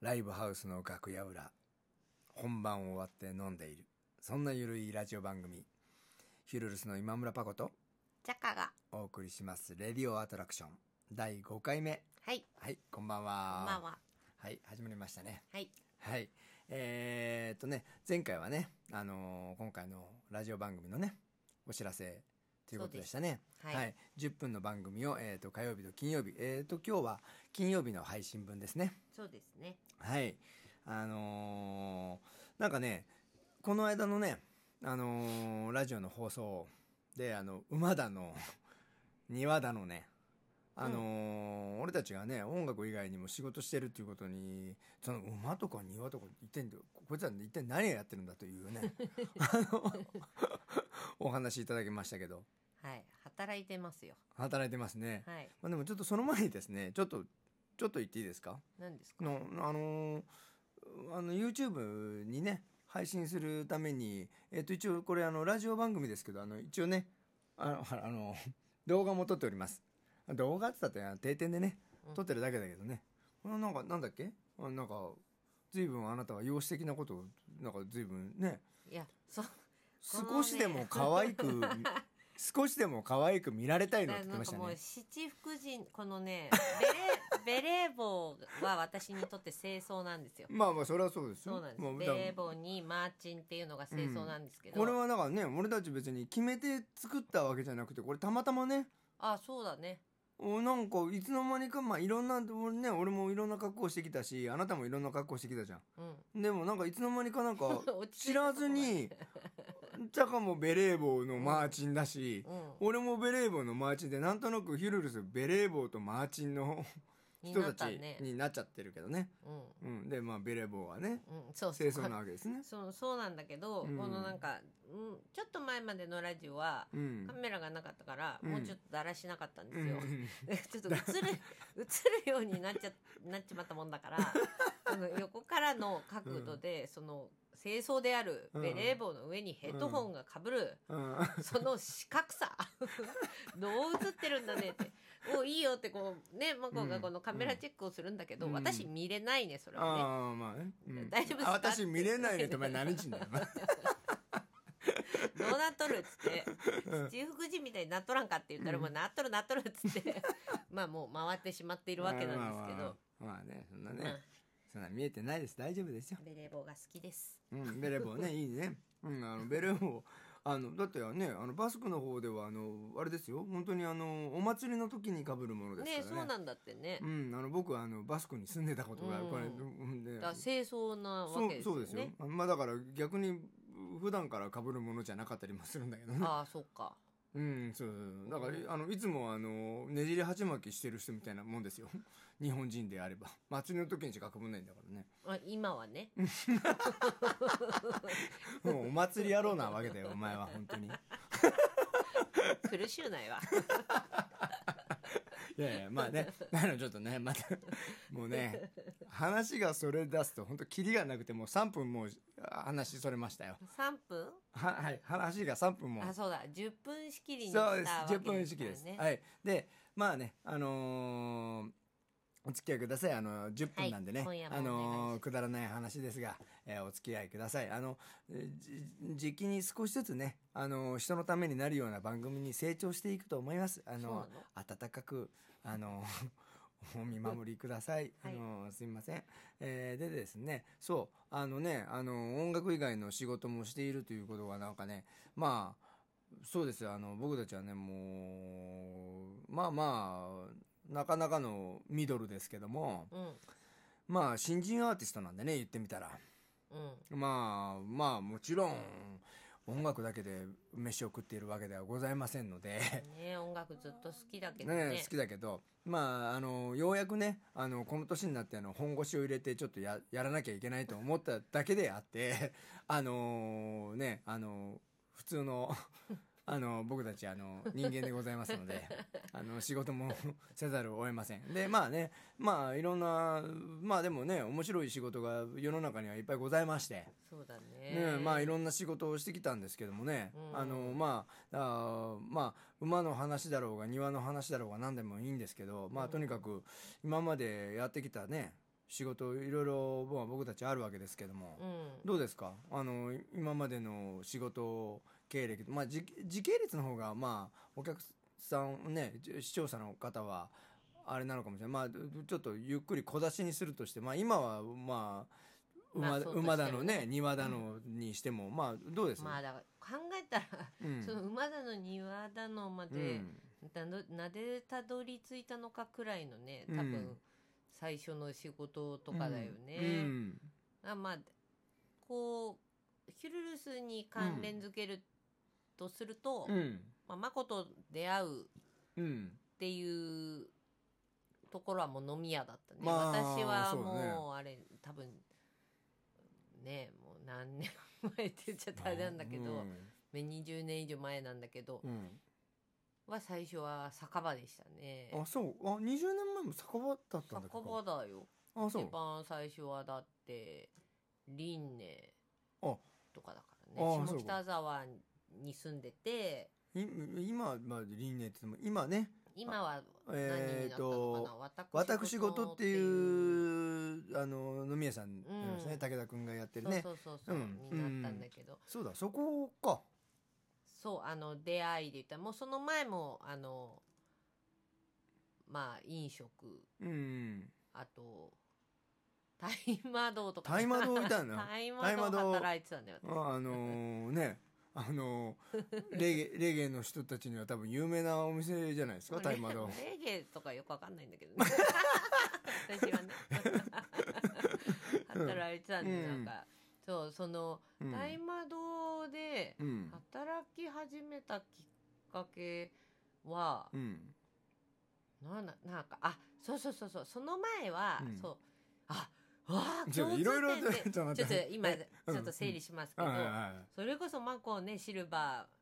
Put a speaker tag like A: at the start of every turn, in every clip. A: ライブハウスの楽屋裏本番終わって飲んでいるそんなゆるいラジオ番組ヒュルルスの今村パコと
B: チャカが。
A: お送りします「レディオアトラクション」第5回目
B: はい。
A: はいこんばんは
B: こんばんは
A: はい始まりましたね
B: はい。
A: はいえー、っとね前回はね、あのー今回のラジオ番組のねお知らせということでしたね
B: そうです
A: は
B: はい
A: い、10分の番組を、えー、と火曜日と金曜日えー、っと今日は金曜日の配信分ですね
B: そうですね。
A: はい。あのーなんかね、この間のね、あのーラジオの放送で、あの、馬だの、庭だのね、あのー俺たちがね、音楽以外にも仕事してるっていうことに、その馬とか庭とか一体、こいつら一体何をやってるんだという ね、あの、お話いただきましたけど、
B: はい。働いてますよ。
A: 働いてますね。
B: はい
A: まあでもちょっとその前にですね、ちょっと、ちょっと言っていいですか
B: 何ですか
A: のあのーあの YouTube にね配信するために、えっと一応これあのラジオ番組ですけどあの一応ねあのほらあの動画も撮っております動画って言ったってあの定点でね撮ってるだけだけどね、これなんかなんだっけあなんか随分あなたは容姿的なことをなんか随分ね
B: いや、そう。
A: 少しでも
B: この
A: 可愛 く少しでも可愛く見られたいのって
B: ね
A: 言って
B: なん
A: まし
B: か
A: た
B: もう
A: ね
B: 七福神このねベレベレー帽は私にとって清掃なんですよ
A: まあまあそれはそうですよ
B: そうなんです
A: もう
B: ベ
A: だ
B: レー帽にマーチンっていうのが清掃なんですけど、
A: これはだからね俺たち別に決めて作ったわけじゃなくてこれたまたまね
B: あそうだね
A: おなんかいつの間にかまあいろんな俺,、ね、俺もいろんな格好してきたしあなたもいろんな格好してきたじゃん
B: うん
A: でもなんかいつの間にかなんか
B: 落
A: 知
B: ち着いた
A: ら
B: とこ
A: ずにチャカもベレー帽のマーチンだし、
B: うん
A: 俺もベレー帽のマーチンでなんとなくヒュルルスベレー帽とマーチンの
B: に
A: 人
B: な
A: た
B: っ
A: ち
B: たね
A: になっちゃってるけどね、
B: うん
A: うん、でまあベレー帽はね
B: うんそうそ
A: 清
B: う
A: 掃なわけですね
B: そうそうなんだけど、
A: うん
B: このなんか、うん、ちょっと前までのラジオは、
A: うん
B: カメラがなかったから、
A: うん
B: もうちょっとだらしなかったんですよ、
A: うん
B: ちょっと映る 映るようになっちゃなっちまったもんだからその横からの角度で、その清掃であるベレー帽の上にヘッドホンがかぶる、
A: うん
B: その視 覚さどう映ってるんだねってもういいよってこうねマコがこのカメラチェックをするんだけど、
A: うん
B: 私見れないねそれはね。
A: ああまあね、うん
B: 大丈夫ですか
A: あ私見れないねとお前何人だよ
B: どうなっとるっつって七福神みたいになっとらんかって言ったら、もうなっとるなっとるっつって まあもう回ってしまっているわけなんですけど、
A: まあまあまあまあねそんなね、
B: うん
A: そんな見えてないです大丈夫ですよ、
B: ベレー帽が好きです
A: うん、ベレボーねいいね、うん、あのベレボーあのだってねあのバスクの方ではあのあれですよ本当にあのお祭りの時に被るものですからね
B: ねそうなんだってね、
A: うん、あの僕はあのバスクに住んでたことがある、
B: うん
A: これ、うんね
B: だから清掃なわけ
A: そう
B: です
A: そ
B: よ
A: う
B: ね
A: ですよ、まあだから逆に普段から被るものじゃなかったりもするんだけどね
B: ああそうか
A: うん、そうそうそう。だから、あの、いつも、あの、ねじり鉢巻きしてる人みたいなもんですよ。 日本人であれば。祭りの時にしか被んないんだからね。
B: あ今はね
A: もうお祭り野郎なわけだよ、お前は、本当に。い
B: 苦しゅうないわ
A: やいや、まあね。なのでちょっとね、また、 もうね、話がそれ出すと、本当キリがなくて、もう3分もう、あ話それましたよ。
B: 3分
A: は、はい、話が3分も。
B: あそうだ10分仕切りにし
A: そうです。
B: たわけ
A: 10分式です。
B: ね
A: はい。で、まあね、あのーお付き合いください。あの、10分なんでね、
B: はい今夜も
A: あ
B: お願いします
A: のーくだらない話ですが、えーお付き合いください。あの、えーじ、じきに少しずつね、あのー人のためになるような番組に成長していくと思います。あの
B: そうなの
A: 温かく、あ のお見守りください。あ
B: はい
A: のすみません。えーでですね、そう、あのね、あの、音楽以外の仕事もしているということがなんかね、まあ、そうですよあの僕たちはねもうまあまあなかなかのミドルですけども
B: うん
A: まあ新人アーティストなんでね言ってみたら
B: うん
A: まあまあもちろん音楽だけで飯を食っているわけではございませんので。
B: ね音楽ずっと好きだけどね
A: ね、好きだけど、まあ、あのようやくねあのこの年になってあの本腰を入れてちょっとややらなきゃいけないと思っただけであって あのねあの普通の あの僕たちあの人間でございますの であの仕事も せざるを得ませんでまあねまあいろんなまあでもね面白い仕事が世の中にはいっぱいございまして。
B: そうだね
A: ねまあいろんな仕事をしてきたんですけどもね、
B: うん
A: あのまああーまあ馬の話だろうが庭の話だろうが何でもいいんですけどまあとにかく今までやってきたね仕事いろいろまあ僕たちあるわけですけども、
B: うん
A: どうですかあの今までの仕事経歴、まあ、時時系列の方がまあお客さんねじ視聴者の方はあれなのかもしれない、まあ、どちょっとゆっくり小出しにするとして、まあ、今はまあ馬,、
B: まあそうとしても
A: 馬だのね庭だのにしても、まあどうです、
B: まあだから考えたら、
A: うん
B: その馬だの庭だのま
A: う
B: で、
A: ん
B: などなでたどり着いたのかくらいのね多
A: う
B: 分
A: ん
B: 最初の仕事とかだよね。
A: うん
B: あまあこうヒュルルスに関連づけるとすると、
A: うん
B: まあ、マコと出会うっ
A: うん
B: ていうところはもう飲み屋だったね、
A: まあ
B: 私は
A: そうだね
B: もうあれ多分ねもう何年前って言っちゃったらあれなんだけど、ね20年以上前なんだけど、
A: うん
B: は最初は酒場でしたね
A: うん、あそうあ20年前も酒場だったんだ
B: 酒
A: っけか
B: 場だよ
A: あそ
B: 一
A: う
B: 番最初はだって輪廻
A: あ
B: とかだから
A: あ
B: ね
A: あ
B: 下
A: そうか
B: 北沢に住んでて
A: い今、まあ、輪廻って言っても今ね
B: 今は何に
A: えー
B: なったのか
A: と
B: な、
A: 私事っていう
B: う
A: あの飲み屋さんありますね、
B: うん
A: 武田君がやってる
B: そう
A: ね
B: そうそうそう、
A: うん
B: になったんだけど、
A: そうだそこか
B: そうあの出会いで言ったらもうその前もあのまあ飲食
A: うん
B: あと大麻堂とか
A: 大麻堂い たんだ大
B: 大麻
A: 麻
B: 堂
A: 堂
B: 働いてたんだよ私
A: ああのーねあのーレゲレゲエの人たちには多分有名なお店じゃないですか大麻堂
B: レレゲエとかよくわかんないんだけどね。 私はね。働いてたんで、なんか、そう、その、
A: うん
B: 大魔堂で
A: うん
B: 働き始めたきっかけは、
A: うん
B: なんだ、なんか、あ、そうそうそう、そうその前は、
A: うん
B: そう、あ、わあ、
A: ちょ
B: 共通
A: いろいろ
B: 点って
A: ちょっと待
B: ちょ
A: っ
B: っ
A: て
B: と今、ち
A: うん
B: ょっと整理しますけ
A: はい
B: ど、
A: はいはい
B: それこそマコねシルバー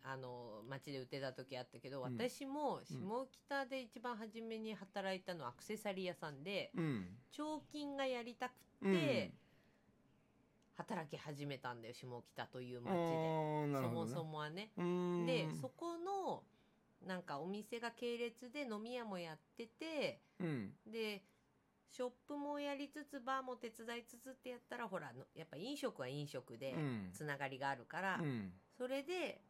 B: あの街で売ってた時あったけど
A: うん
B: 私も下北で一番初めに働いたのはアクセサリー屋さんで
A: うん
B: 彫金がやりたく
A: うん
B: て働き始めたんだよ下北という
A: あ
B: 街で、
A: ーなる
B: そ
A: ほど
B: も
A: ね
B: そもはね。
A: うーん
B: でそこのなんかお店が系列で飲み屋もやってて
A: うん
B: でショップもやりつつバーも手伝いつつってやったらほらのやっぱ飲食は飲食で
A: うん
B: つながりがあるから、
A: うん
B: それで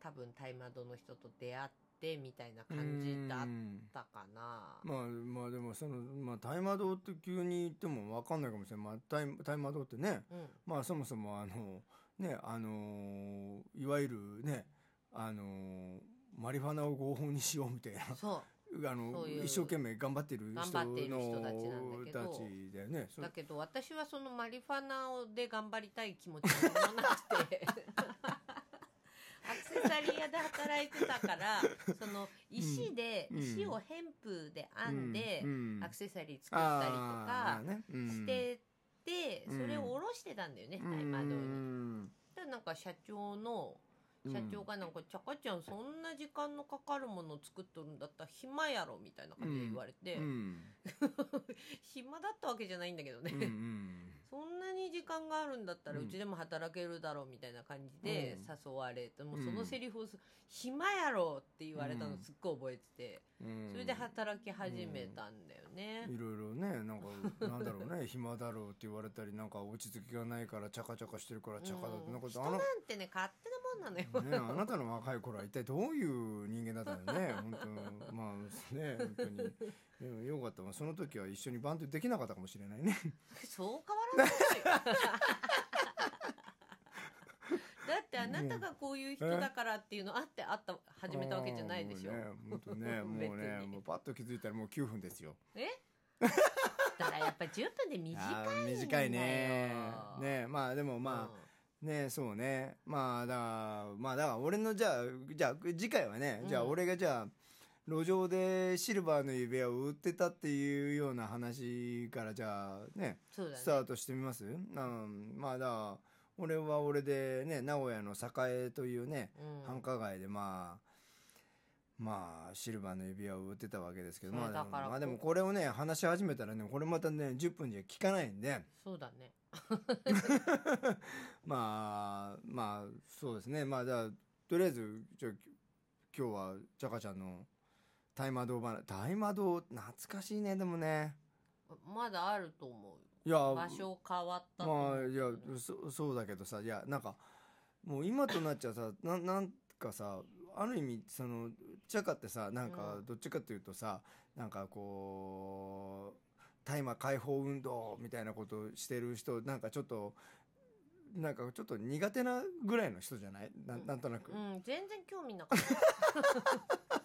B: 多分大麻堂の人と出会ってみたいな感じだっ
A: うん
B: たかな。
A: まあまあでもその、まあ、大麻堂って急に言っても分かんないかもしれない、まあ、大大麻堂ってね
B: うん、
A: まあそもそもあのねあのーいわゆるねあのーマリファナを合法にしようみたいな
B: そ
A: あの
B: そういう
A: 一生懸命頑張ってる人
B: 頑張
A: の
B: っている人たちなんだけど
A: たちだよね。そうう
B: だけど私はそのマリファナをで頑張りたい気持ちがそんななくて アクセサリー屋で働いてたからその石で、
A: うん
B: 石をヘンプで編んで
A: う、ん
B: アクセサリー作ったりと
A: あ
B: か
A: ーねうん
B: してて、
A: うん
B: それを下ろしてたんだよね、大麻堂に。でなんか社長の
A: うん
B: 社長がなんか「ちゃかちゃんそんな時間のかかるものを作っとるんだったら暇やろ」みたいな感じで言われて、
A: うん
B: 暇だったわけじゃないんだけどね、
A: うんうん
B: そんなに時間があるんだったら
A: う
B: うんちでも働けるだろうみたいな感じで
A: うん
B: 誘われて、もう
A: うん
B: そのセリフをす「暇やろ」って言われたの
A: うん
B: すっごい覚えてて、
A: うん
B: それで働き始めたんだよね。
A: いろいろねなんかなんだろうね 暇だろうって言われたりなんか落ち着きがないからチャカチャカしてるからチャカだって、
B: うん
A: なんか
B: 人
A: あ
B: なん
A: の
B: てね勝手なもんなのよ、
A: ね、あなたの若い頃は一体どういう人間だったのね 本当まあね本当にでもよかったその時は一緒にバンドできなかったかもしれないね
B: そう変わらないよ だってあなたがこういう人だからっていうのあってあった始めたわけじゃないでしょ、
A: あーもうね本当ねもうね
B: 別に
A: もうパッと気づいたらもう9分ですよ
B: だからやっぱ10分で短いんだ
A: あ
B: よ
A: ー短いねねまあでもまあ、ねそうねまあだからまあだから俺のじゃあじゃあ次回はね、
B: うん
A: じゃあ俺がじゃあ路上でシルバーの指輪を売ってたっていうような話からじゃあね
B: うんそうだね
A: スタートしてみますうんまあだから俺は俺でね名古屋の栄というね、
B: うん
A: 繁華街でまあまあシルバーの指輪を売ってたわけですけど
B: そう
A: まあでも
B: だから
A: まあでも
B: こ
A: これをね話し始めたらねこれまたね10分じゃ聞かないんで。
B: そうだね
A: まあまあそうですねまあじゃあとりあえずじゃあき今日はちゃかちゃんの大麻堂話大麻堂懐かしいねでもね
B: まだあると思う
A: いや
B: よ場所変わったと思
A: ま
B: う
A: あいやそそうだけどさいやなんかもう今となっちゃさななんかさある意味そのチャカってさなんか
B: うん
A: どっちかっていうとさ、なんかこう大麻解放運動みたいなことしてる人なんかちょっとなんかちょっと苦手なぐらいの人じゃないな
B: うん
A: なんとなく、
B: うん全然興味なかった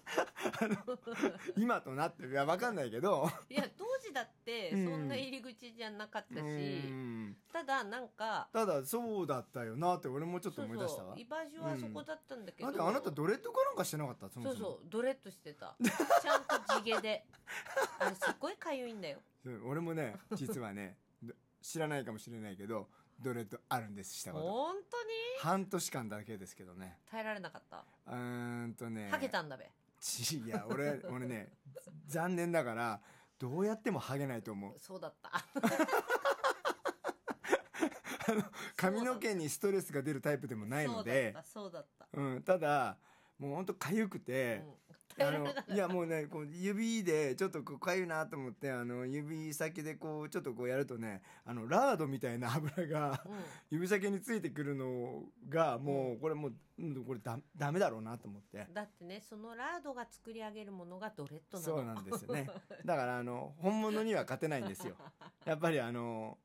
A: 今となっていやわかんないけど
B: いや当時だってそ
A: うん
B: んな入り口じゃなかったし、
A: うん
B: ただなんか
A: ただそうだったよなって俺もちょっと
B: そう
A: 思い出したわ
B: そう居場所はそこだったんだけど、
A: なんであなたドレッドかなんかしてなかったそも
B: そう
A: そも
B: そうドレッドしてたちゃんと地毛で あれすっごいかゆいんだよ
A: そう俺もね実はねど知らないかもしれないけどドレッドあるんですしたこと
B: 本当に
A: 半年間だけですけどね
B: 耐えられなかった
A: うーんとね
B: はげたんだべ
A: ちいや俺俺ね残念ながらどうやってもハゲないと思う
B: そうだった
A: 髪の毛にストレスが出るタイプでもないので
B: そうだった
A: う、ん、ただもうほんと痒く
B: そ
A: て、
B: うだった、うん、耐え
A: あ
B: られな
A: の
B: かった
A: いやもうねこう指でちょっとこうかゆいなと思ってあの指先でこうちょっとこうやるとねあのラードみたいな油が
B: うん
A: 指先についてくるのがもうこれもううんこれだダメだろうなと思って
B: だってねそのラードが作り上げるものがドレッドなの
A: そうなんですよねだからあの本物には勝てないんですよやっぱりあの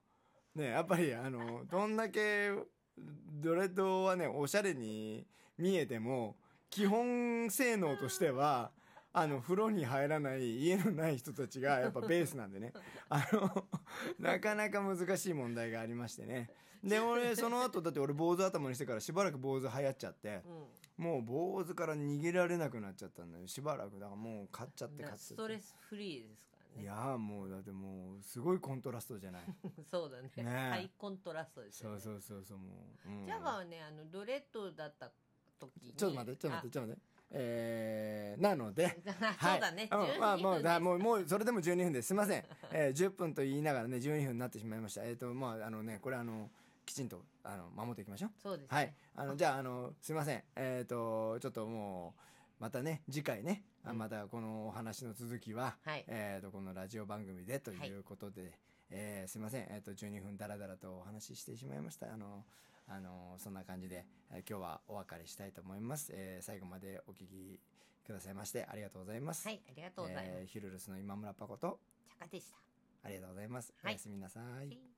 A: ねやっぱりあのどんだけドレッドはねおしゃれに見えても基本性能としてはあの風呂に入らない家のない人たちがやっぱベースなんでねあのなかなか難しい問題がありましてねで俺その後だって俺坊主頭にしてからしばらく坊主流行っちゃって
B: う
A: もう坊主から逃げられなくなっちゃったんだよしばらくだからもう買っちゃっ
B: ん
A: て買っちゃって
B: ストレスフリーですから
A: い
B: ね
A: やーもうだってもうすごいコントラストじゃない
B: そうだね
A: ねえ
B: ハイコントラストです
A: そ
B: よ、ね
A: う、そうそうそうもう、うん
B: ジャガーはねあのドレッドだった時に
A: ちょっと待ってちょっと待ってちょっと待ってえー、なので
B: あ そうだね、
A: はいうん、まあ
B: 12分
A: もう
B: で
A: だもうもうそれでも12分ですすいません、えー、10分と言いながらね12分になってしまいましたえっ、とまああのねこれあのきちんとあの守っていきましょう
B: そうですね、
A: はいあのじゃああのすいませんえっ、とちょっともうまたね次回ね、あ
B: うん
A: またこのお話の続きは
B: はい
A: えー、とこのラジオ番組でと
B: はい
A: いうことで、えーすいません、えー、と12分だらだらとお話ししてしまいましたあの、あのそんな感じで、えー今日はお別れしたいと思います、えー最後までお聞きくださいましてありがとうございます、
B: はいありがとうございます、
A: えーヒルルスの今村パコと
B: チャカでした
A: ありがとうございます、
B: は
A: お
B: い
A: やすみなさい
B: はい